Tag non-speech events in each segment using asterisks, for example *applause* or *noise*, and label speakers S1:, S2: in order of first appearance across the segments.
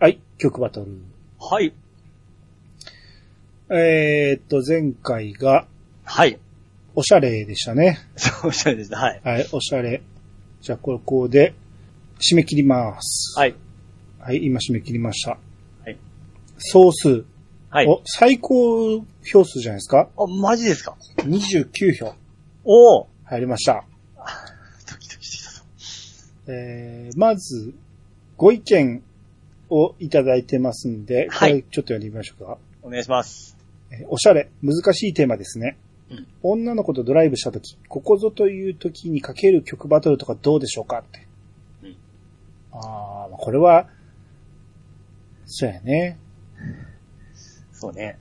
S1: はい、曲バトル。
S2: はい。
S1: えー、っと、前回が、
S2: はい。 *laughs*
S1: おしゃれでしたね。
S2: そうおっしゃるですね。はい。
S1: はい、おしゃれ。じゃあ、これ、こうで、締め切ります。
S2: はい。
S1: はい、今締め切りました。
S2: はい。
S1: 総数。
S2: はい。
S1: お、最高票数じゃないですか
S2: あ、マジですか
S1: ?29 票
S2: おお
S1: 入りました。
S2: ドキドキしてきたぞ。
S1: えー、まず、ご意見をいただいてますんで、
S2: はい
S1: これちょっとやりましょうか。
S2: お願いします。
S1: えーおしゃれ、難しいテーマですね。
S2: うん
S1: 女の子とドライブしたとき、ここぞというときにかける曲バトルとかどうでしょうかって。
S2: うん
S1: ああ、まあこれは、そうやね。
S2: そうね。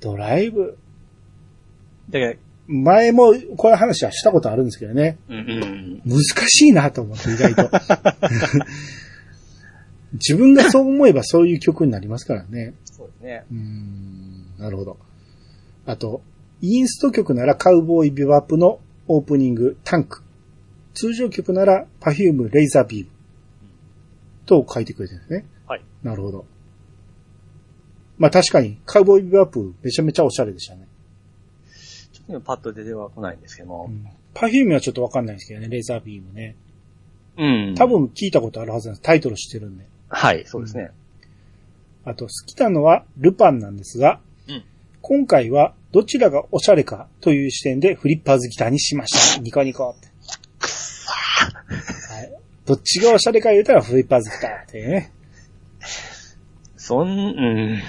S1: ドライブ。
S2: だから、
S1: 前もこういう話はしたことあるんですけどね。
S2: うんうんうん。
S1: 難しいなと思って意外
S2: *laughs*
S1: と。自分がそう思えばそういう曲になりますからね。
S2: そうですね。
S1: うーん、なるほど。あと、インスト曲ならカウボーイビバップのオープニングタンク。通常曲ならパフュームレイザービーム。と書いてくれてるんですね。
S2: はい。
S1: なるほど。まあ確かに、カウボーイビバップめちゃめちゃオシャレでしたね。
S2: ちょっと今パッと出ては来ないんですけども。
S1: パフュームはちょっとわかんないですけどね、レイザービームね。
S2: うん
S1: 多。分聞いたことあるはずなんです。タイトル知ってるんで。
S2: はい、そうですね。
S1: あと好きなのはルパンなんですが、
S2: うん
S1: 今回はどちらがオシャレかという視点でフリッパーズギターにしました。ニコニコって。はい、どっちがオシャレか言うたらフリッパーズギターっていうね。
S2: そん、うん。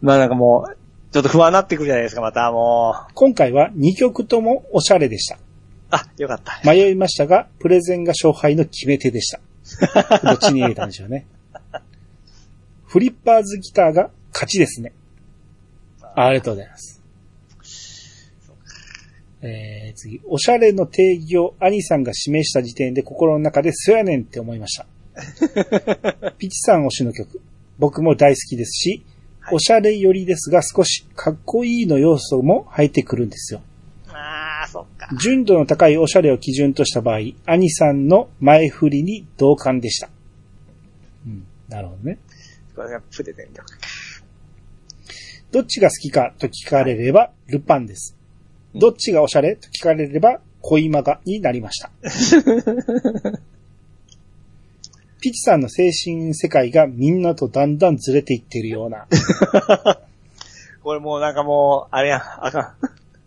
S2: まあなんかもう、ちょっと不安になってくるじゃないですか、またもう。
S1: 今回は2曲ともオシャレでした。
S2: あ、よかった。
S1: 迷いましたが、プレゼンが勝敗の決め手で
S2: *laughs*
S1: した。どっちに入れたんでしょうね。フリッパーズギターが勝ちですね。あありがとうございます。えー、次、おしゃれの定義を兄さんが示した時点で心の中でそやねんって思いま
S2: *laughs*
S1: した。ピチさん推しの曲、僕も大好きですし、
S2: はい
S1: おしゃれ寄りですが少しかっこいいの要素も入ってくるんですよ。
S2: あー、そっか。
S1: 純度の高いおしゃれを基準とした場合、兄さんの前振りに同感でした。うん、なるほどね。
S2: これがプレゼントか。
S1: どっちが好きかと聞かれれば、ルパンです。どっちがおしゃれと聞かれれば、恋マガになりま *laughs* した。ピチさんの精神世界がみんなとだんだんずれていってるような。
S2: これもうなんかもう、あれや、あか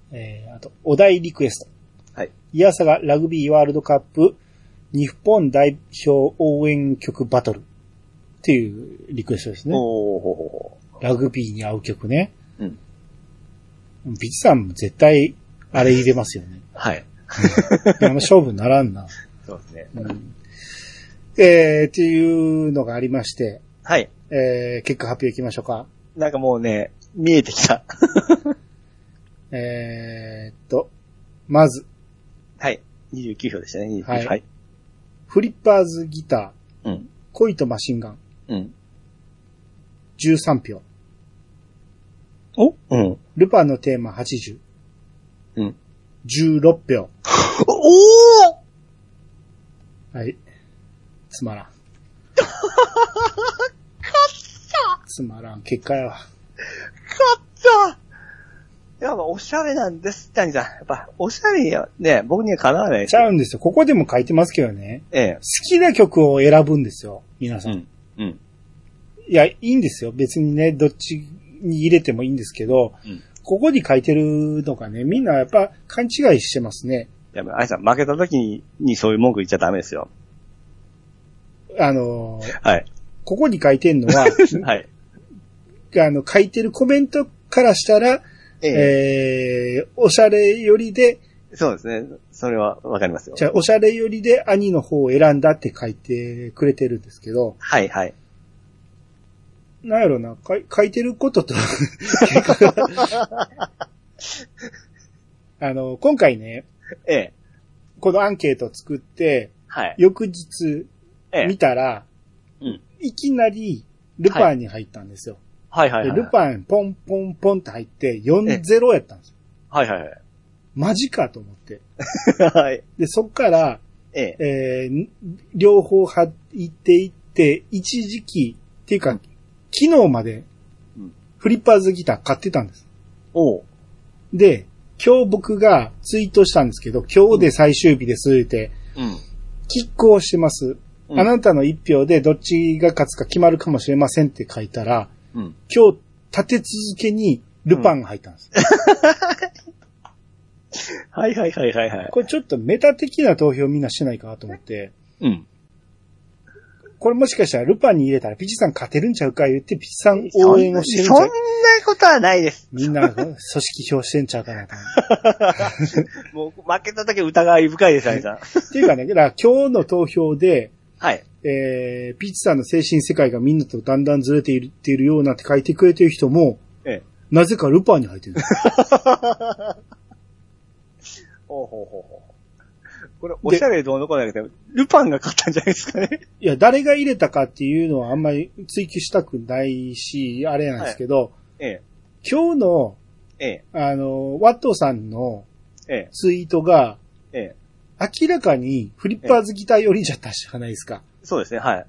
S2: ん。
S1: えー、あと、お題リクエスト。
S2: はい。
S1: イアサがラグビーワールドカップ日本代表応援曲バトルっていうリクエストですね。
S2: おーほほほ。
S1: ラグビーに合う曲ね。
S2: うん。
S1: ビチさんも絶対あれ入れますよ
S2: *laughs*
S1: ね。
S2: はい。
S1: あんま勝負にならんな。
S2: そうですね。
S1: うん、えー、っていうのがありまして、
S2: はい。
S1: えー、結果発表いきましょうか。
S2: なんかもうね、見えてきた。
S1: えーっと、まず、
S2: はい。29票でしたね、29票。
S1: はい
S2: はい。
S1: フリッパーズギター、
S2: うん。
S1: 恋とマシンガン、
S2: うん。
S1: 13票。
S2: おうん。
S1: ルパンのテーマ80。
S2: うん。
S1: 16票。
S2: おお
S1: はい。つまらん。つまらん、結果やわ。
S2: 勝ったいや、まあ、おしゃれなんです、谷さん。やっぱ、おしゃれにはね、僕にはかなわないです
S1: ち。ゃうんですよ。ここでも書いてますけどね。
S2: ええ
S1: 好。きな曲を選ぶんですよ。皆さん。
S2: ん。うん。
S1: いや、いいんですよ。別にね、どっちに入れてもいいんですけど、
S2: うん。い
S1: ここに書いてるのがね、みんなやっぱ勘違いしてますね。
S2: や、まあ、あいさん、負けた時に、にそういう文句言っちゃダメですよ。
S1: あのー、
S2: はい。
S1: ここに書いてんの
S2: *laughs*
S1: は、
S2: はい。
S1: あの、書いてるコメントからしたら、
S2: え
S1: えー、おしゃれよりで、
S2: そうですね。それはわかりますよ
S1: じ。ゃあおしゃれよりで兄の方を選んだって書いてくれてるんですけど、
S2: はい、はい。
S1: なんやろな、かい書いてること *laughs* と結果が、あの、今回ね、
S2: ええ。
S1: このアンケートを作って、
S2: はい。
S1: 翌日
S2: え
S1: 見
S2: え。
S1: たら、
S2: うん。
S1: いきなり、ルパンに入ったんですよ。
S2: はい、はい、はい。
S1: でルパン、ポンポンポンって入って、4-0やったんですよ。
S2: はい、はい、はい。
S1: マジかと思って。
S2: はい。
S1: で、そっから、
S2: ええ。
S1: えー両方入っていって、一時期、っていうか、昨日まで
S2: うん、
S1: フリッパーズギター買ってたんです。
S2: おう。
S1: で、今日僕がツイートしたんですけど、今日で最終日ですって、
S2: うん。
S1: 拮抗してます。
S2: うん
S1: あなたの一票でどっちが勝つか決まるかもしれませんって書いたら、
S2: うん。
S1: 今日立て続けにルパンが入ったんです。
S2: はいはいはいはいはい。
S1: これちょっとメタ的な投票みんなしてないかなと思って、
S2: うん。
S1: これもしかしたらルパンに入れたらピチさん勝てるんちゃうか言ってピチさん応援をしてるん
S2: そ
S1: ちゃ
S2: んな
S1: う
S2: ことはないです。
S1: み
S2: *laughs*
S1: んな組織票してんちゃうかなと思って。
S2: もう、負けただけ疑い深いです、兄さん。
S1: っていうかね、だから今日の投票で、
S2: はい。
S1: えー、ピッチさんの精神世界がみんなとだんだんずれているっているようなって書いてくれてる人も、
S2: ええ。
S1: なぜかルパンに入ってるん
S2: *laughs*
S1: です。
S2: ほうほうほうほう。これ、おしゃれどうのこうのじゃなくて、ルパンが勝ったんじゃないですかね。
S1: いや、誰が入れたかっていうのはあんまり追求したくないし、あれなんですけど、
S2: *laughs* ええ、
S1: 今日の、
S2: ええ、
S1: あの、ワットさんの
S2: ええ、
S1: ツイートが、
S2: ええ。
S1: 明らかにフリッパーズギター寄りじゃったじゃないですか。
S2: そうですね、はい。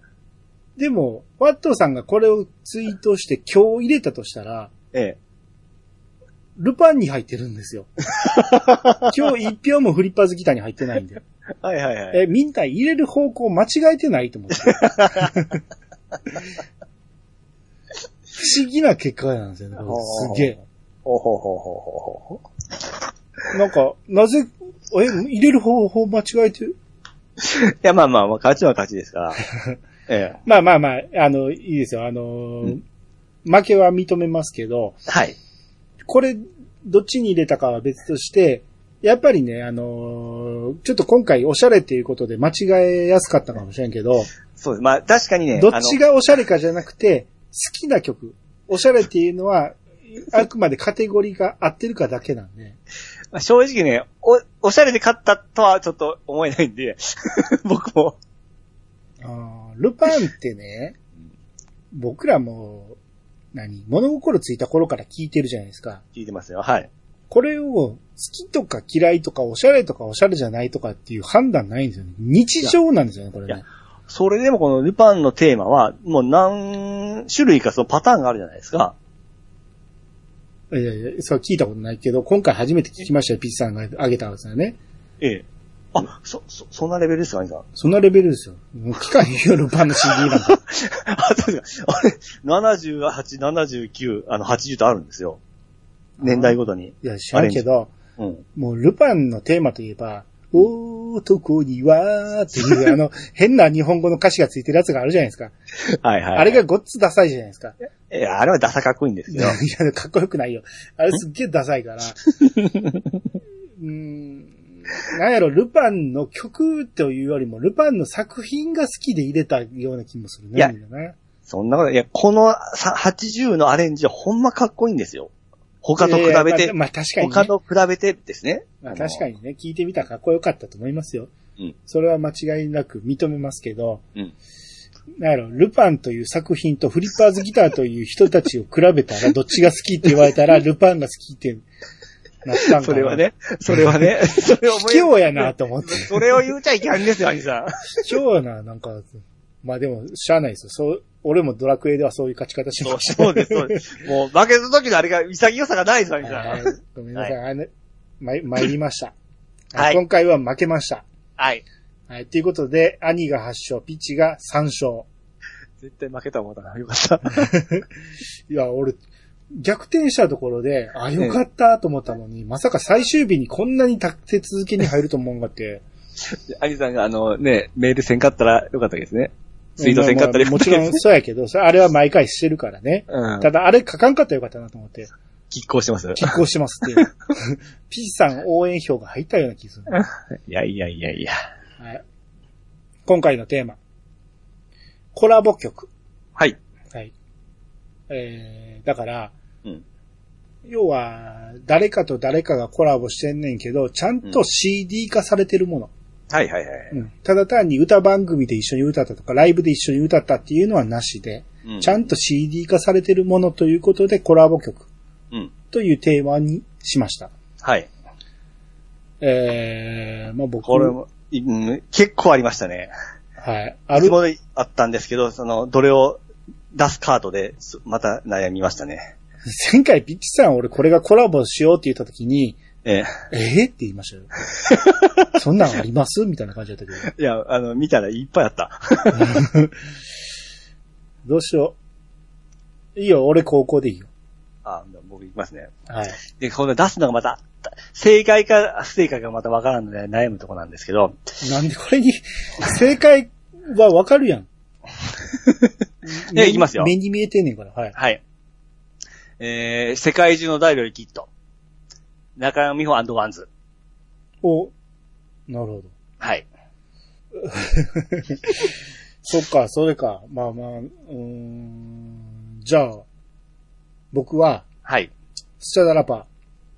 S1: でも、ワットさんがこれをツイートして今日入れたとしたら、
S2: ええ。
S1: ルパンに入ってるんです *laughs* よ。今日一票もフリッパーズギターに入ってないんで。
S2: はいはいはい。
S1: え、みんな入れる方向間違えてないと思って。不思議な結果なんですよね。これすげえ。
S2: ほうほうほうほうほうほう。
S1: なんか、なぜ、え、入れる方法間違えてる
S2: いや、まあまあまあ、勝ちは勝ちです *laughs* から。え
S1: まあまあまあ、あの、いいですよ。あのー、負けは認めますけど、
S2: え。はい。
S1: これ、どっちに入れたかは別として、やっぱりね、あのーちょっと今回おしゃれっていうことで間違えやすかったかもしれんけど、
S2: そうです。まあ、確かにね。
S1: どっちがおしゃれかじゃなくて、好きな曲。おしゃれっていうのは、あくまでカテゴリーが合ってるかだけなんで。
S2: あの正直ね、お、おしゃれで勝ったとはちょっと思えないんで、 *laughs* 僕も。
S1: あールパンってね、僕らも、何物心ついた頃から聞いてるじゃないですか。
S2: 聞いてますよ。はい。
S1: これを好きとか嫌いとかおしゃれとかおしゃれじゃないとかっていう判断ないんですよね。日常なんですよね、これ
S2: い
S1: ね
S2: や。それでもこのルパンのテーマは、もう何種類かそのパターンがあるじゃないですか。
S1: いやいや、それは聞いたことないけど、今回初めて聞きましたよ、ピッチさんが挙げたんですよね。
S2: ええ。あ、そ、そ、そんなレベルですか、
S1: *laughs*
S2: 兄さん。
S1: そんなレベルですよ。もう期間よ、ルパンの CD
S2: *laughs*
S1: なんて。
S2: あ、そうですか。あれ、78、79、あの、80とあるんですよ。年代ごとに。
S1: いや、知らんけど、
S2: うん。
S1: もうルパンのテーマといえば、男にはーって
S2: *laughs*
S1: いう、あの、変な日本語の歌詞がついてるやつがあるじゃないですか。
S2: はいはい。
S1: あれがごっつダサいじゃないですか。
S2: いや、あれはダサかっこいいんです
S1: い
S2: けど
S1: や、。いやかっこよくないよ。あれすっげえダサい
S2: *laughs*
S1: から。うーん。なんやろ、ルパンの曲というよりも、ルパンの作品が好きで入れたような気もするね。
S2: いや
S1: みんなね
S2: そんなこと、いや、このさ80のアレンジはほんまかっこいいんですよ。他と比べ
S1: いやいや
S2: て、
S1: まあまあ確かにね。
S2: 他と比べてですね。
S1: まあ確か
S2: に。
S1: にね、聞いてみたらかっこよかったと思いますよ。
S2: うん
S1: それは間違いなく認めますけど、
S2: うん
S1: なんやろ、ルパンという作品とフリッパーズギターという人たちを比べたら、どっちが好きって言われた
S2: *laughs*
S1: ら、ルパンが好きってなったんかな。
S2: それ
S1: *laughs*
S2: は。ね、それはね、それを思い
S1: 卑怯やなと思 *laughs* って。
S2: それを言うちゃいけないんですよ、兄さん。
S1: 卑怯やな、なんか、まあでも、しゃあないですよ。そう、俺もドラクエで *laughs* はそういう勝ち方し
S2: そう
S1: ました。
S2: そうです、そうです。もう、負けた時のあれが潔さがないです、兄さ
S1: はい
S2: ん。
S1: ごめんなさい。あの、ま、参りました。
S2: はい
S1: 今回は負けました。
S2: はい。
S1: はい。ということで、兄が8勝、ピッチが3勝。
S2: 絶対負けた思ったな。よか *laughs* った。
S1: いや、俺、逆転したところで、あ、よかったと思ったのに、まさか最終日にこんなに立て続けに入ると思うんが
S2: *laughs*
S1: って。
S2: 兄さんが、あの、ね、メールせんかったらよかったですね。ツイートせんかったら
S1: まあも
S2: よかった
S1: ち
S2: で
S1: ろ
S2: すね
S1: ん。そうやけど、それあれは毎回してるからね。
S2: うん。
S1: ただ、あれ書かんかったらよかったなと思って、
S2: 拮抗してます。い
S1: 拮抗してますっていう。 *laughs* ピーさん応援票が入ったような気がする。
S2: やいやいやいや。
S1: はい。今回のテーマ。コラボ曲。
S2: はい。
S1: はい。えー、だから、
S2: うん
S1: 要は、誰かと誰かがコラボしてんねんけど、ちゃんと CD 化されてるもの。
S2: はいはいはい。
S1: うんただ単に歌番組で一緒に歌ったとか、ライブで一緒に歌ったっていうのはなしで、
S2: う
S1: ちゃんと CD 化されてるものということでコラボ曲
S2: うん。
S1: というテーマにしました。
S2: はい。
S1: えー、まあ僕
S2: これも、うん結構ありましたね。
S1: はい。
S2: あ
S1: あ
S2: る
S1: る
S2: もあったんですけど、その、どれを出すカードで、すまた悩みましたね。
S1: 前回ピッチさん俺これがコラボしようって言った時に、
S2: え
S1: えー、って言いま
S2: *laughs*
S1: したよ。そんなんありますみたいな感じだったけど。
S2: え。いや、あの、見たらいっぱいあった。
S1: どうしよう。いいよ、俺高校でいいよ。
S2: あ、僕行きますね。
S1: はい。
S2: で、この出すのがまた、正解か不正解かまたわからんので悩むとこなんですけど、
S1: なんでこれに、 *laughs* 正解はわかるやん。
S2: ね *laughs* いきますよ
S1: 目に見えてんねんから。はい。
S2: はい。えー、世界中の大料理キット。中山美穂ワンズ。
S1: お、なるほど。
S2: はい。
S1: そっか、それか。まあまあ、うーん。じゃあ、僕は、
S2: はい。
S1: スチャダラパ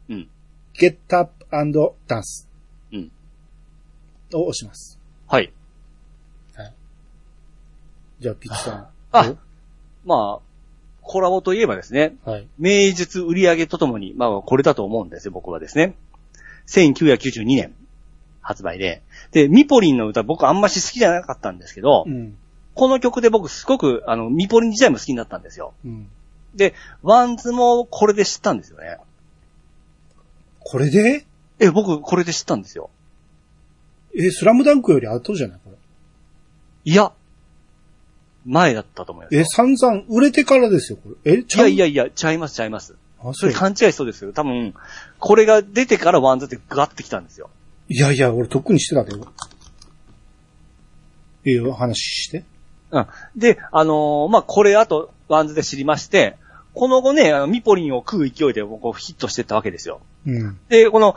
S1: ー。
S2: うん。
S1: Get Up and Dance。
S2: うん。
S1: を押します。
S2: はい。
S1: じゃあ、ピッチさん。
S2: あまあ、コラボといえばですね、
S1: おはい。
S2: 名実売り上げとともに、まあこれだと思うんですよ、僕はですね。1992年発売で。で、ミポリンの歌僕あんまし好きじゃなかったんですけど、
S1: うん。
S2: この曲で僕すごく、あの、ミポリン自体も好きになったんですよ。
S1: うん。
S2: で、ワンズもこれで知ったんですよね。
S1: これで
S2: え、僕これで知ったんですよ。
S1: え、スラムダンクより後じゃないこ
S2: いや、前だったと思います
S1: れ。え、
S2: よ。
S1: 散々売れてからですよ、これ。え、ち
S2: い
S1: ゃ
S2: や
S1: う
S2: いやいや、ちゃいますちゃいます。
S1: あ、
S2: そ
S1: そう
S2: れ勘違いしそうですけど、多分、これが出てからワンズってガッてきたんですよ。
S1: いやいや、俺とっくにしてたけど。いいよ、話して。
S2: うん。で、あのーまあ、これあと、ワンズで知りまして、この後ね、あの、ミポリンを食う勢いでこうヒットしてったわけですよ。
S1: うん。
S2: で、この、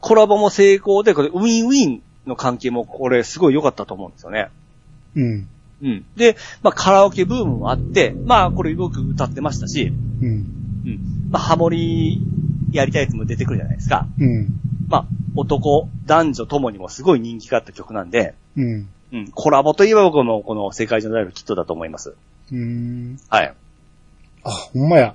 S2: コラボも成功で、これ、ウィンウィンの関係も、これ、すごい良かったと思うんですよね。
S1: うん。
S2: うん。で、まあ、カラオケブームもあって、まあ、これよく歌ってましたし、
S1: うん。
S2: うん。まあ、ハモリやりたいやつも出てくるじゃないですか。
S1: うん。
S2: まあ、男、男女ともにもすごい人気があった曲なんで、
S1: うん。
S2: うん、コラボといえば僕のこの世界中のライブキットだと思います。
S1: うーん。
S2: はい。
S1: あ、ほんまや。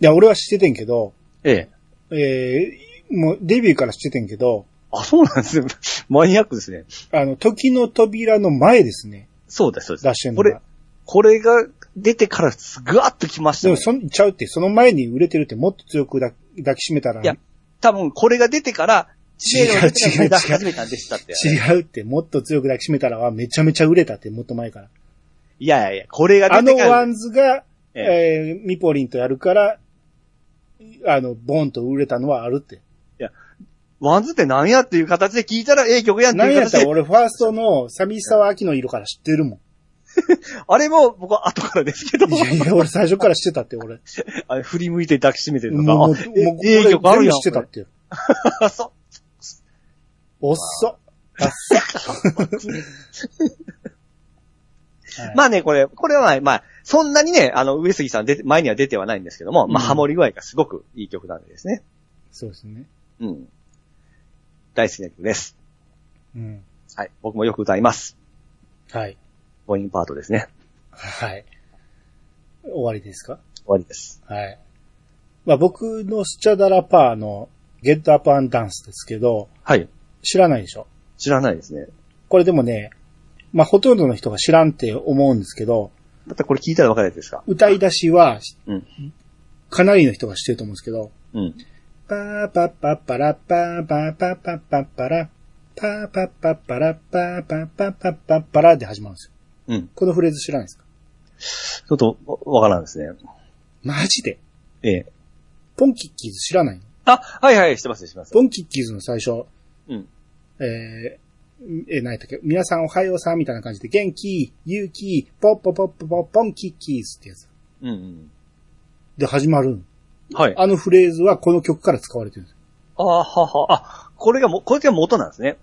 S1: いや、俺は知っててんけど、
S2: ええ。
S1: えー、もうデビューから知っててんけど、
S2: あ、そうなんですね。 *laughs* マニアックですね。
S1: あの、時の扉の前ですね、
S2: そうです、そうです。
S1: 出してんの
S2: これ
S1: が。、
S2: これが出てからすぐわっと来ました
S1: で
S2: ね、
S1: も、そん、ちゃうって、その前に売れてるってもっと強く抱き抱きしめたら、
S2: いや多分これが出てから、
S1: 違う
S2: 知名度が出てか
S1: 違
S2: ら
S1: う
S2: 出し始めたんでしたって。
S1: 違うって、もっと強く抱きしめたらは、めちゃめちゃ売れたって、もっと前から。
S2: いやいやいや、これが
S1: あ
S2: 出
S1: の
S2: てから。
S1: ワンズが、
S2: え
S1: えーミポリンとやるから、あの、ボンと売れたのはあるって。
S2: ワンズって何やっていう形で聞いたらええ曲やんって
S1: なん
S2: いう
S1: やっ
S2: 形
S1: たら
S2: で、
S1: 俺、ファーストの寂しさは秋の色から知ってるもん。
S2: あれも僕は後からですけど、
S1: いやいや、俺最初から知ってたって、俺。
S2: あれ振り向いて抱きしめてる
S1: もう、もう、もう
S2: とか、
S1: こ
S2: え
S1: れ
S2: ええ
S1: 全
S2: 曲ある
S1: 部
S2: やん。
S1: 知ってたって。
S2: た。 *laughs* そう。
S1: おっそ。
S2: *laughs* まあね、これ、これは、まあ、そんなにね、あの、上杉さん出て、前には出てはないんですけども、まあ、
S1: うん
S2: ハモリ具合がすごくいい曲なんでですね。
S1: そうですね。
S2: うん。大好きな曲です。
S1: うん。
S2: はい。僕もよく歌います。
S1: はい。
S2: ボインパートですね。
S1: はい。終わりですか
S2: 終わりです。
S1: はい。まあ僕のスチャダラパーのゲットアップアンダンスですけど、
S2: はい。
S1: 知らないでしょ
S2: 知らないですね。
S1: これでもね、まあほとんどの人が知らんって思うんですけど、
S2: またこれ聞いたらわかるやつですか
S1: 歌い出しは
S2: うん。
S1: かなりの人が知ってると思うんですけど、
S2: うん。
S1: パーパッパッパラッパーパーパッパッパッパラパーパッパッパラッパーパーパッパッパッパラで始まるんですよ。
S2: うん。
S1: このフレーズ知らないですか
S2: ちょっと、わからんですね。
S1: マジで
S2: ええ。
S1: ポンキッキーズ知らないの
S2: あ、はいはい、してます、してます。
S1: ポンキッキーズの最初、
S2: うん。
S1: えー、えー、何やったっけ皆さんおはようさんみたいな感じで、元気、勇気、ポッポポッポポッポンキッキーズってやつ。
S2: うん、
S1: で始まるん。
S2: うん。はい。あ
S1: あのフレーズはこの曲から使われてるんです。
S2: あはは。あ、これがも、これが元なんですね。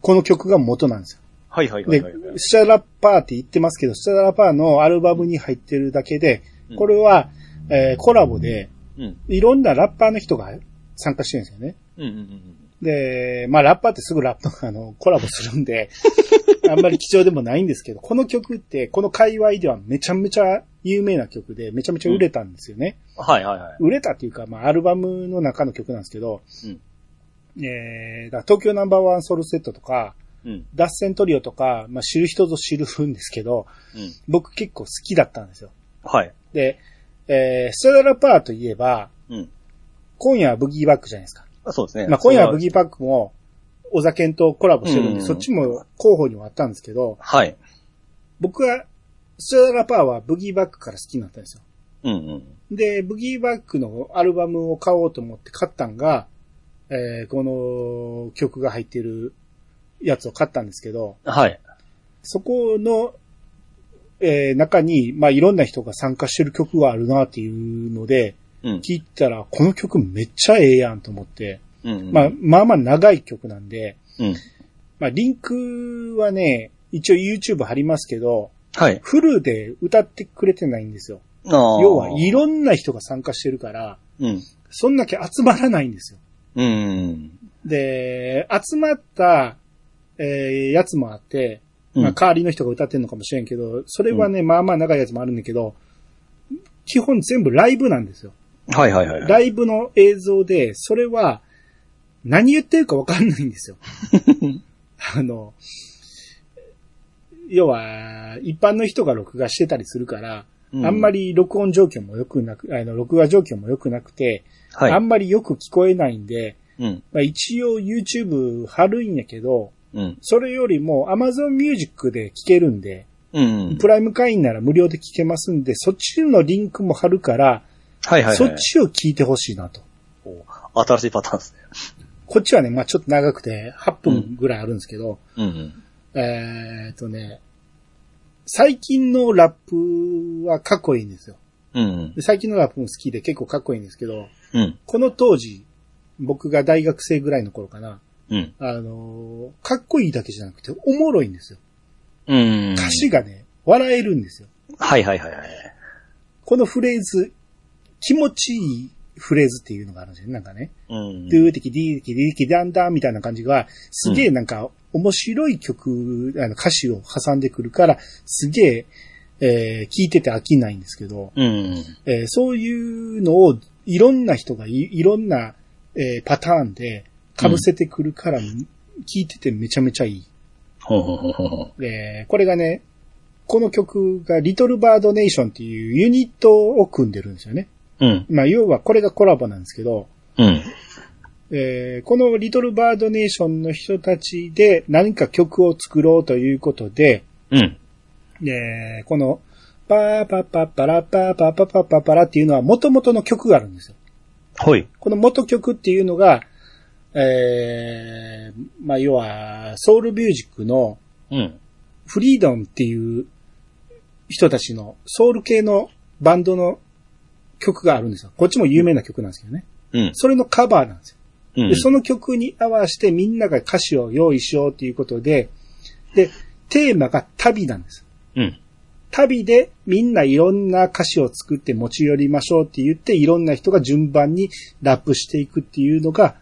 S1: この曲が元なんです
S2: はいはい
S1: よ。
S2: はい
S1: で
S2: はい、はい、。
S1: スチャラッパーって言ってますけど、スチャラッパーのアルバムに入ってるだけで、これは、えーコラボで、
S2: うん。
S1: いろんなラッパーの人が参加してるんですよね。
S2: うんうんうんうん。
S1: で、まあラッパーってすぐラップ、あの、コラボするんで、
S2: *laughs*
S1: あんまり貴重でもないんですけど、この曲って、この界隈ではめちゃめちゃ有名な曲で、めちゃめちゃ売れたんですよね。
S2: はいはいはい。
S1: 売れたっていうか、まあアルバムの中の曲なんですけど、
S2: うん
S1: えー、だから東京ナンバーワンソルセットとか、
S2: うん。
S1: 脱線トリオとか、まあ、知る人ぞ知るんですけど、
S2: うん。
S1: 僕結構好きだったんですよ。
S2: はい。
S1: で、えー、ストララパーといえば、
S2: うん。
S1: 今夜はブギーバックじゃないですか。
S2: あそうですね。
S1: まあ、今夜はブ
S2: それ
S1: ギーバックも、小ザケンとコラボしてるん
S2: う
S1: で、
S2: ん
S1: そっちも候補にはあったんですけど、
S2: ははい。
S1: 僕は、ストララパーはブギーバックから好きになったんですよ。
S2: うんうん。
S1: で、ブギーバックのアルバムを買おうと思って買ったんが、えーこの曲が入ってるやつを買ったんですけど、
S2: はい。
S1: そこの、えー中に、まあ、いろんな人が参加してる曲があるなっていうので、
S2: うん。
S1: 聞いたら、この曲めっちゃええやんと思って、
S2: うんうん。
S1: まあ、まあまあ長い曲なんで、
S2: うん。
S1: まあ、リンクはね、一応 YouTube 貼りますけど、
S2: はい。
S1: フルで歌ってくれてないんですよ。要
S2: 要
S1: は、いろんな人が参加してるから、
S2: うん。
S1: そんだけ集まらないんですよ。
S2: うん。
S1: で、集まった、えーやつもあって、まあ、代わりの人が歌ってんのかもしれんけど、それはね、まあまあ長いやつもあるんだけど、基本全部ライブなんですよ。
S2: はいはいはいはい。
S1: ライブの映像で、それは、何言ってるかわかんないん
S2: *laughs*
S1: ですよ。あの、要は、一般の人が録画してたりするから、
S2: う
S1: あんま、り録音状況も良くなく、あの、録画状況も良くなくて、
S2: はい。
S1: あんまりよく聞こえないんで、
S2: うん。
S1: まあ、一応 YouTube 貼るんやけど、
S2: うん。
S1: それよりも Amazon Music で聴けるんで、
S2: うん。
S1: プライム会員なら無料で聴けますんで、そっちのリンクも貼るから、
S2: はいはいはい。
S1: そっちを聞いてほしいなと。
S2: お。新しいパターンですね。
S1: こっちはね、まあちょっと長くて8分ぐらいあるんですけど、
S2: うんうん。
S1: えーっとね、最近のラップはかっこいいんですよ。
S2: うん
S1: で最近のラップも好きで結構かっこいいんですけど、
S2: うん。うん。
S1: この当時、僕が大学生ぐらいの頃かな、
S2: うん。
S1: あのーかっこいいだけじゃなくておもろいんですよ。
S2: うん。
S1: 歌詞がね、笑えるんですよ。
S2: はいはいはいはい。
S1: このフレーズ、気持ちいいフレーズっていうのがあるんですよね。なんかね、
S2: うん。
S1: ドゥーテキディーテキディーテキダンダンみたいな感じが、すげえなんか面白い曲、あの歌詞を挟んでくるから、すげえ、えー聞いてて飽きないんですけど、
S2: うん。
S1: えーそういうのをいろんな人がいいろんな、えーパターンで被せてくるから、聞いててめちゃめちゃいい。
S2: ほうほうほうほうほ
S1: えーこれがね、この曲がリトルバードネーションっていうユニットを組んでるんですよね。
S2: う。うん。
S1: まあ、要はこれがコラボなんですけど、
S2: うん。
S1: えーこのリトルバードネーションの人たちで何か曲を作ろうということで、
S2: うん。
S1: えーこの、パーパパパラパーパパパパパラっていうのは元々の曲があるんですよ。
S2: ほい。
S1: この元曲っていうのが、えーまあ、要は、ソウルミュージックの
S2: うん。
S1: フリードンっていう人たちのソウル系のバンドの曲があるんですよ。こっちも有名な曲なんですけどね。
S2: うん。
S1: それのカバーなんですよ。で、
S2: うん。
S1: その曲に合わせてみんなが歌詞を用意しようということで、で、テーマが旅なんです。
S2: うん。
S1: 旅でみんないろんな歌詞を作って持ち寄りましょうって言って、いろんな人が順番にラップしていくっていうのが、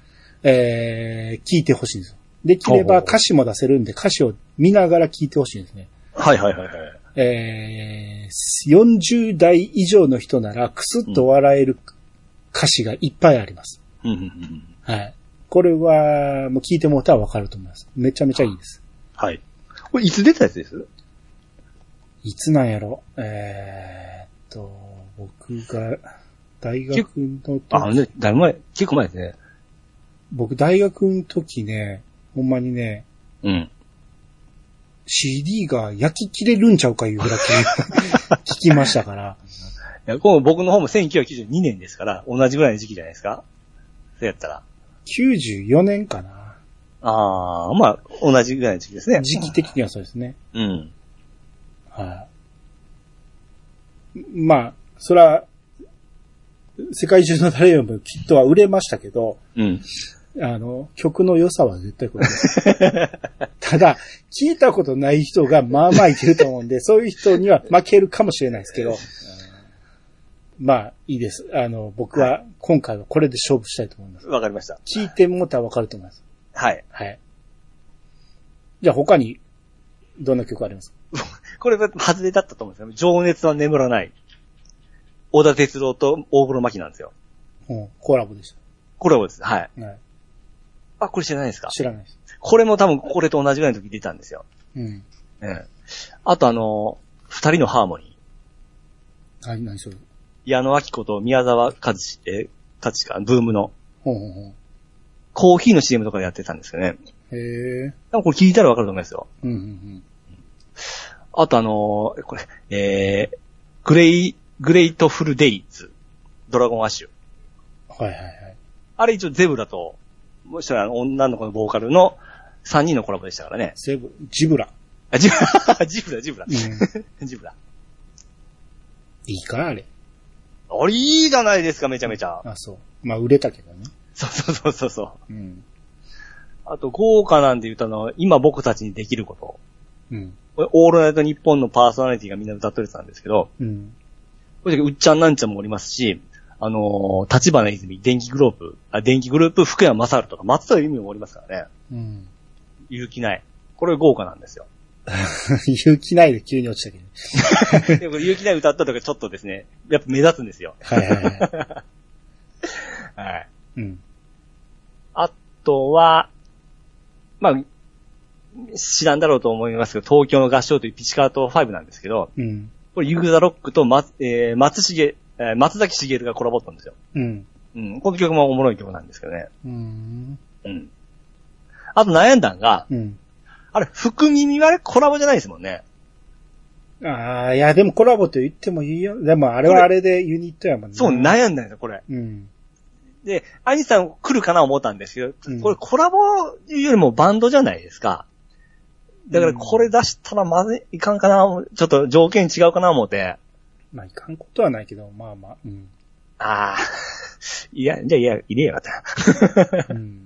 S1: えー、聞いてほしいんですよ。できれば歌詞も出せるんで、歌詞を見ながら聞いてほしいんですね。
S2: はいはいはいはい。
S1: えー、40代以上の人ならクスッと笑える歌詞がいっぱいあります。
S2: うんうんうん。
S1: はい。これは、もう聞いてもらったらわかると思います。めちゃめちゃいいです。
S2: はい。これいつ出たやつです
S1: いつなんやろえー、っと、僕が、大学の
S2: あ、
S1: 時、
S2: ね、だいぶ前、結構前ですね。
S1: 僕大学の時ね、ほんまにね、
S2: うん。
S1: CD が焼き切れるんちゃうかいうぐらい *laughs* 聞聞きましたから。
S2: いや、この僕の方も1992年ですから、同じぐらいの時期じゃないですかそうやったら。
S1: 94年かな。
S2: ああ、まあ、同じぐらいの時期ですね。
S1: 時期的にはそうですね。
S2: うん。
S1: はい。まあ、それは、世界中の誰よりもきっとは売れましたけど、
S2: うん。
S1: あの、曲の良さは絶対これです。ただ、聞いたことない人がまあまあいけると思うんで、そういう人には負けるかもしれないですけど、まあ、いいです。あの、僕は今回はこれで勝負したいと思います。
S2: わかりました。
S1: 聞いてもったらわかると思います。
S2: はい。
S1: はい。じゃあ他に、どんな曲ありますか
S2: これは外れだったと思うんですよ。情熱は眠らない。小田哲郎と大黒摩季なんですよ。
S1: うん、コラボでし
S2: コラボです。はい。
S1: た。はい。
S2: あ、これ知らないですか
S1: 知らないです。
S2: これも多分これと同じぐらいの時出たんですよ。
S1: うん。
S2: ええ。あとあの、二人のハーモニー。
S1: はい、何それ。
S2: 矢野明子と宮沢和志、え、和志か、ブームの、
S1: ほうほうほ
S2: コーヒーの CM とかでやってたんですよね。
S1: う。へえ。
S2: 多分これ聞いたらわかると思いますよ。
S1: うん、うん、
S2: あとあのーこれ、えー、グレイ、グレイトフルデイズ、ドラゴンアッシュ。
S1: うん。はい、はい、はい。
S2: あれ一応ゼブラと、もしくは女の子のボーカルの3人のコラボでしたからね。
S1: セブ、ジブラ。
S2: あジブラ、 *laughs* ジブラ、ジブラ
S1: う、ん。
S2: ジブラ。
S1: *laughs* いいか、あれ。
S2: あれ、いいじゃないですか、めちゃめちゃ。
S1: あ、そう。まあ、売れたけどね。
S2: そうそうそうそうそう。
S1: うん。
S2: あと、豪華なんで言うとあの、今僕たちにできること。
S1: うん。
S2: これオールナイト日本のパーソナリティがみんな歌ってるやつなんですけど、
S1: うん。
S2: これでうっちゃんなんちゃんもおりますし、あのー、立花泉、電気グループ、あ、電気グループ、福山雅治とか、松任由実もおりますからね。
S1: うん。 *laughs*
S2: 勇気ない。これ豪華なん *laughs* ですよ。
S1: 勇気ないで急に落ちたけど。
S2: でも勇気ない歌ったとかちょっとですね、やっぱ目立つんですよ。
S1: はい、はい、はい。
S2: はい。
S1: *laughs* うん。
S2: あとは、まあ、知らんだろうと思いますけど、東京の合唱というピチカート5なんですけど、
S1: うん。
S2: これユグザロックと松、えー松重、えー松崎しげるがコラボったんですよ。
S1: うん。
S2: うん。この曲もおもろい曲なんですけどね。
S1: うん。
S2: うん。あと悩んだんが、
S1: うん。
S2: あれ、福耳はあれコラボじゃないですもんね。
S1: ああ、いや、でもコラボと言ってもいいよ。でも、あれはあれでユニットやもんね。
S2: そう、。悩んだんですよ、これ。
S1: うん。
S2: で、アニさん来るかな思ったんですけど、
S1: うん
S2: これコラボよりもバンドじゃないですか。だからこれ出したらまずいかんかな、ちょっと条件違うかな思って。
S1: まあ、いかんことはないけど、まあまあ、うん。
S2: ああ、 *laughs* いや、じゃあいや、いねえやがった。
S1: *laughs* うん。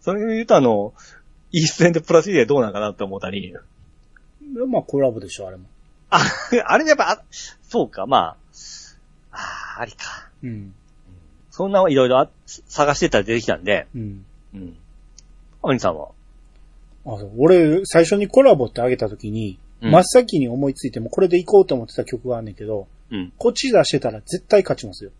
S2: それを言うとあの、イースエンドプラスイでどうなんかなって思ったり。
S1: でもまあ、コラボでしょ、あれも。
S2: あ、 *laughs* あれやっぱ、あそうか、まあ、ああ、ありか。
S1: うん。
S2: そんなのいろいろあ探してたら出てきたんで、
S1: うん。
S2: うん。アニさんは。
S1: あそう俺、最初にコラボってあげたときに、
S2: うん
S1: 真っ先に思いついても、これで行こうと思ってた曲があんねんけど、
S2: うん。
S1: こっち出してたら絶対勝ちますよ。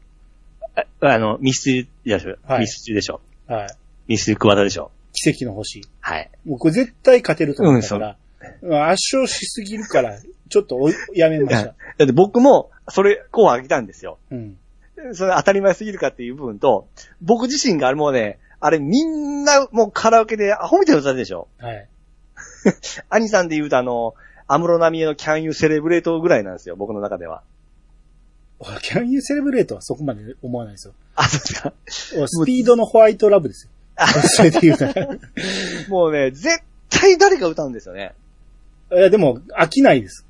S2: ああの、ミスチルでしょ、
S1: はい
S2: ミスチルでしょ
S1: はい。
S2: ミスチル桑田でしょ
S1: 奇跡の星。
S2: はい。
S1: 僕絶対勝てると思ったから、うん圧勝しすぎるから、ちょっとおやめました。
S2: だって僕も、それ、こうあげたんですよ。
S1: うん。
S2: それ当たり前すぎるかっていう部分と、僕自身があれもうね、あれみんなもうカラオケでアホみたいな歌でしょ
S1: はい。
S2: 兄さんで言うとあの、アムロナミエの Can You Celebrate ぐらいなんですよ、僕の中では。
S1: 俺、Can You Celebrate はそこまで思わないですよ。
S2: あ、そうですか。
S1: 俺スピードのホワイトラブですよ。それで言うなら。い
S2: もうね、絶対誰か歌うんですよね。
S1: や、でも、飽きないです。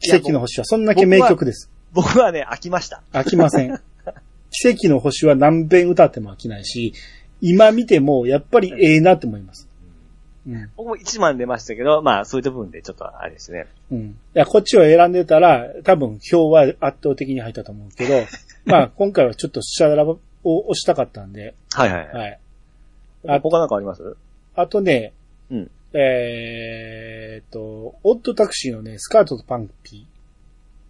S1: 奇跡の星は、そんだけ名曲です。
S2: 僕はね、飽きました。
S1: 飽きません。 *laughs* 奇跡の星は何遍歌っても飽きないし、今見てもやっぱりええなって思います。うん。
S2: 僕も一番出ましたけど、まあそういった部分でちょっとあれですね。
S1: うん。いや、こっちを選んでたら、多分票は圧倒的に入ったと思うけど、まあ今回はちょっとシャラを押したかったんで、
S2: はいはい。はい、
S1: はい。
S2: あ他なんかあります
S1: あとね、
S2: うん
S1: えーっと、オッドタクシーのね、スカートとパンピ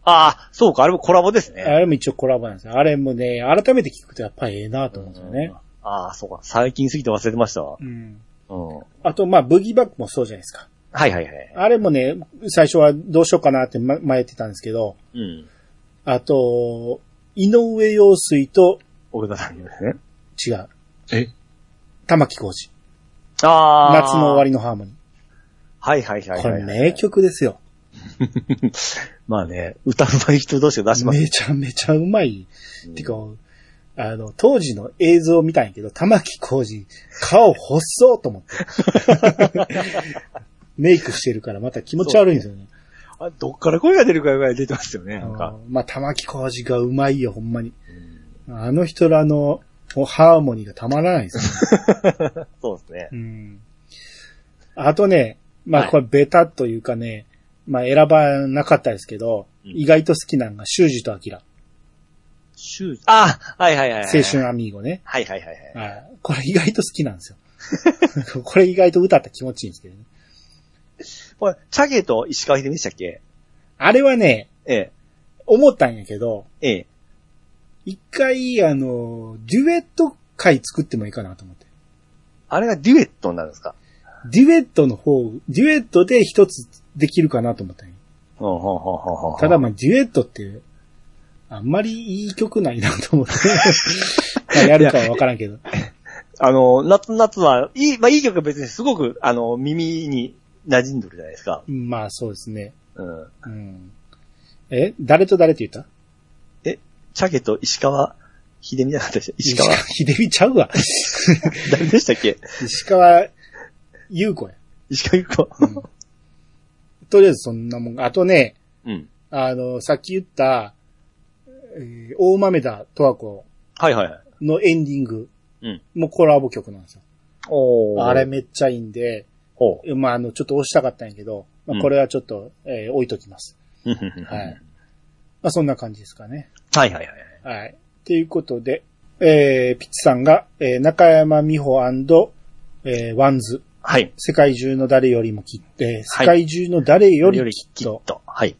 S2: ああ、そうか、あれもコラボです
S1: ー。
S2: ね。
S1: あれも一応コラボなんですよ。あれもね、改めて聞くとやっぱりええなと思うんですよね。
S2: ああ、そうか。最近すぎて忘れてましたわ。
S1: うん。
S2: うん。は
S1: あと、まあ、ブギーバックもそうじゃないですか。
S2: いはいはい。
S1: あれもね、最初はどうしようかなってま迷ってたんですけど、
S2: うん。
S1: あと、井上陽水と
S2: 俺田さんですね。
S1: 違う。
S2: え
S1: 玉木浩二。
S2: ああ。
S1: 夏の終わりのハーモニー。
S2: はいはいはいはい。
S1: これ名。曲ですよ。
S2: まあね、歌うまい人同士が出します。
S1: めちゃめちゃうまい。
S2: うん
S1: てか、あの、当時の映像を見たんやけど、玉木浩二、顔細っと思って。 *laughs* メイクしてるからまた気持ち悪いんですよね。
S2: あどっから声が出るかぐらい出てますよね、
S1: あ
S2: なんか。
S1: のまあ、玉木浩二がうまいよ、ほんまに。あの人らのハーモニーがたまらないですよね。
S2: そうですね。
S1: うんあとね、ま
S2: は
S1: あ
S2: い
S1: これベタというかね、まあ選ばなかったですけど、
S2: うん
S1: 意外と好きなのが修二と明、
S2: 周知あはいはいはいはい。
S1: 青春アミーゴね。
S2: はいはいはいはい。
S1: はいこれ意外と好きなんですよ。 *laughs* これ意外と歌ったら気持ちいいんですけどね。
S2: これ、チャゲと石川秀美でしたっけ
S1: あれはね、
S2: ええ、
S1: 思ったんやけど、
S2: ええ。
S1: 一回、あの、デュエット回作ってもいいかなと思って。
S2: あれがデュエットになるんですか
S1: デュエットの方、デュエットで一つできるかなと思ったんよ
S2: ほうほうほうほうほう
S1: ただ、まあ、デュエットって、あんまりいい曲ないなと思って。 *laughs* まあやるかはわからんけど。
S2: あの、夏夏は、いい、まあ、いい曲は別にすごく、あの、耳に馴染んどるじゃないですか。
S1: うんまあ、そうですね。
S2: うん。
S1: うん。え誰と誰って言った
S2: チャケと石川、秀美なかったでした石川、
S1: 秀美ちゃう
S2: *laughs*
S1: わ。
S2: 誰でしたっけ
S1: 石川優子や。
S2: 石川由紀子。
S1: とりあえずそんなもん。あとね、
S2: うん。
S1: あの、さっき言った、えー大豆田十和子
S2: はいはいはい。
S1: のエンディング
S2: うん
S1: もコラボ曲なんですよ。
S2: おー
S1: あれ。めっちゃいいんで、
S2: ほ
S1: まあ、あの、ちょっと押したかったんやけど、ま
S2: うん
S1: あ、これはちょっと、えー置いときます。
S2: う。は
S1: はい。まあ、そんな感じですかね。
S2: はいはいはい。
S1: はい。ということで、えー、ピッチさんが、えー、中山美穂えー、ワンズ、
S2: はい。
S1: 世界中の誰よりもきっと、えー
S2: は
S1: 世
S2: い
S1: 界中の誰よ
S2: よ
S1: り
S2: り
S1: きっ
S2: きっ
S1: と、
S2: と。はい。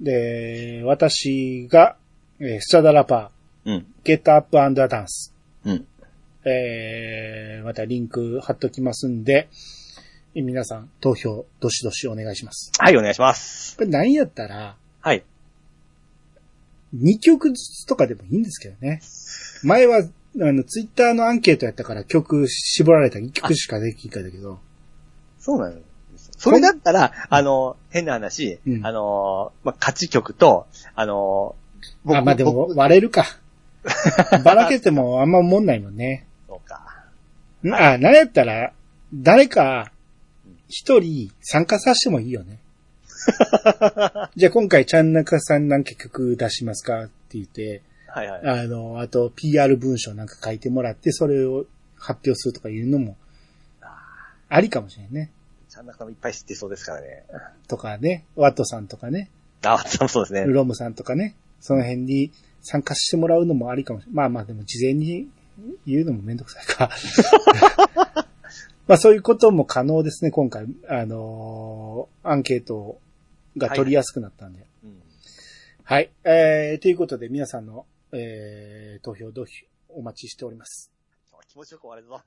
S1: で、私が、えー、スチャダラパ
S2: うん。
S1: ー、ゲットアップアダンス。
S2: うん。
S1: えー、またリンク貼っときますんで、えー皆さん投票、どしどしお願いします。
S2: はい、お願いします。
S1: これ何やったら、
S2: はい。
S1: 2曲ずつとかでもいいんですけどね。前は、あの、ツイッターのアンケートやったから曲絞られた1曲しかできんかったけど、
S2: そうなのそれだったら、あの、変な話、
S1: うん
S2: あの、まあ、勝ち曲と、あの、
S1: あ、まあでも
S2: 僕
S1: 割れるか。ばらけてもあんま思んないもん
S2: *laughs*
S1: ね。
S2: そうか。
S1: んあ、なんやったら、誰か、一人参加させてもいいよ
S2: *laughs*
S1: ね。じゃあ今回、ちゃんなかさん何か曲出しますかって言って、
S2: はいはい。
S1: あの、あと PR 文章なんか書いてもらって、それを発表するとかいうのも、ありかもしれんね。
S2: ちゃんなかもいっぱい知ってそうですからね。
S1: とかね、ワットさんとかね、
S2: あ、そうですね
S1: ル。ロムさんとかね、その辺に参加してもらうのもありかもしれない。まあまあでも事前に言うのもめんどくさいか。 *laughs* まあそういうことも可能ですね、今回。あのーアンケートが取りやすくなったんで。
S2: うん
S1: はい。えー、ということで皆さんの、えー、投票、同票お待ちしております。
S2: 気持ちよく終われるぞ。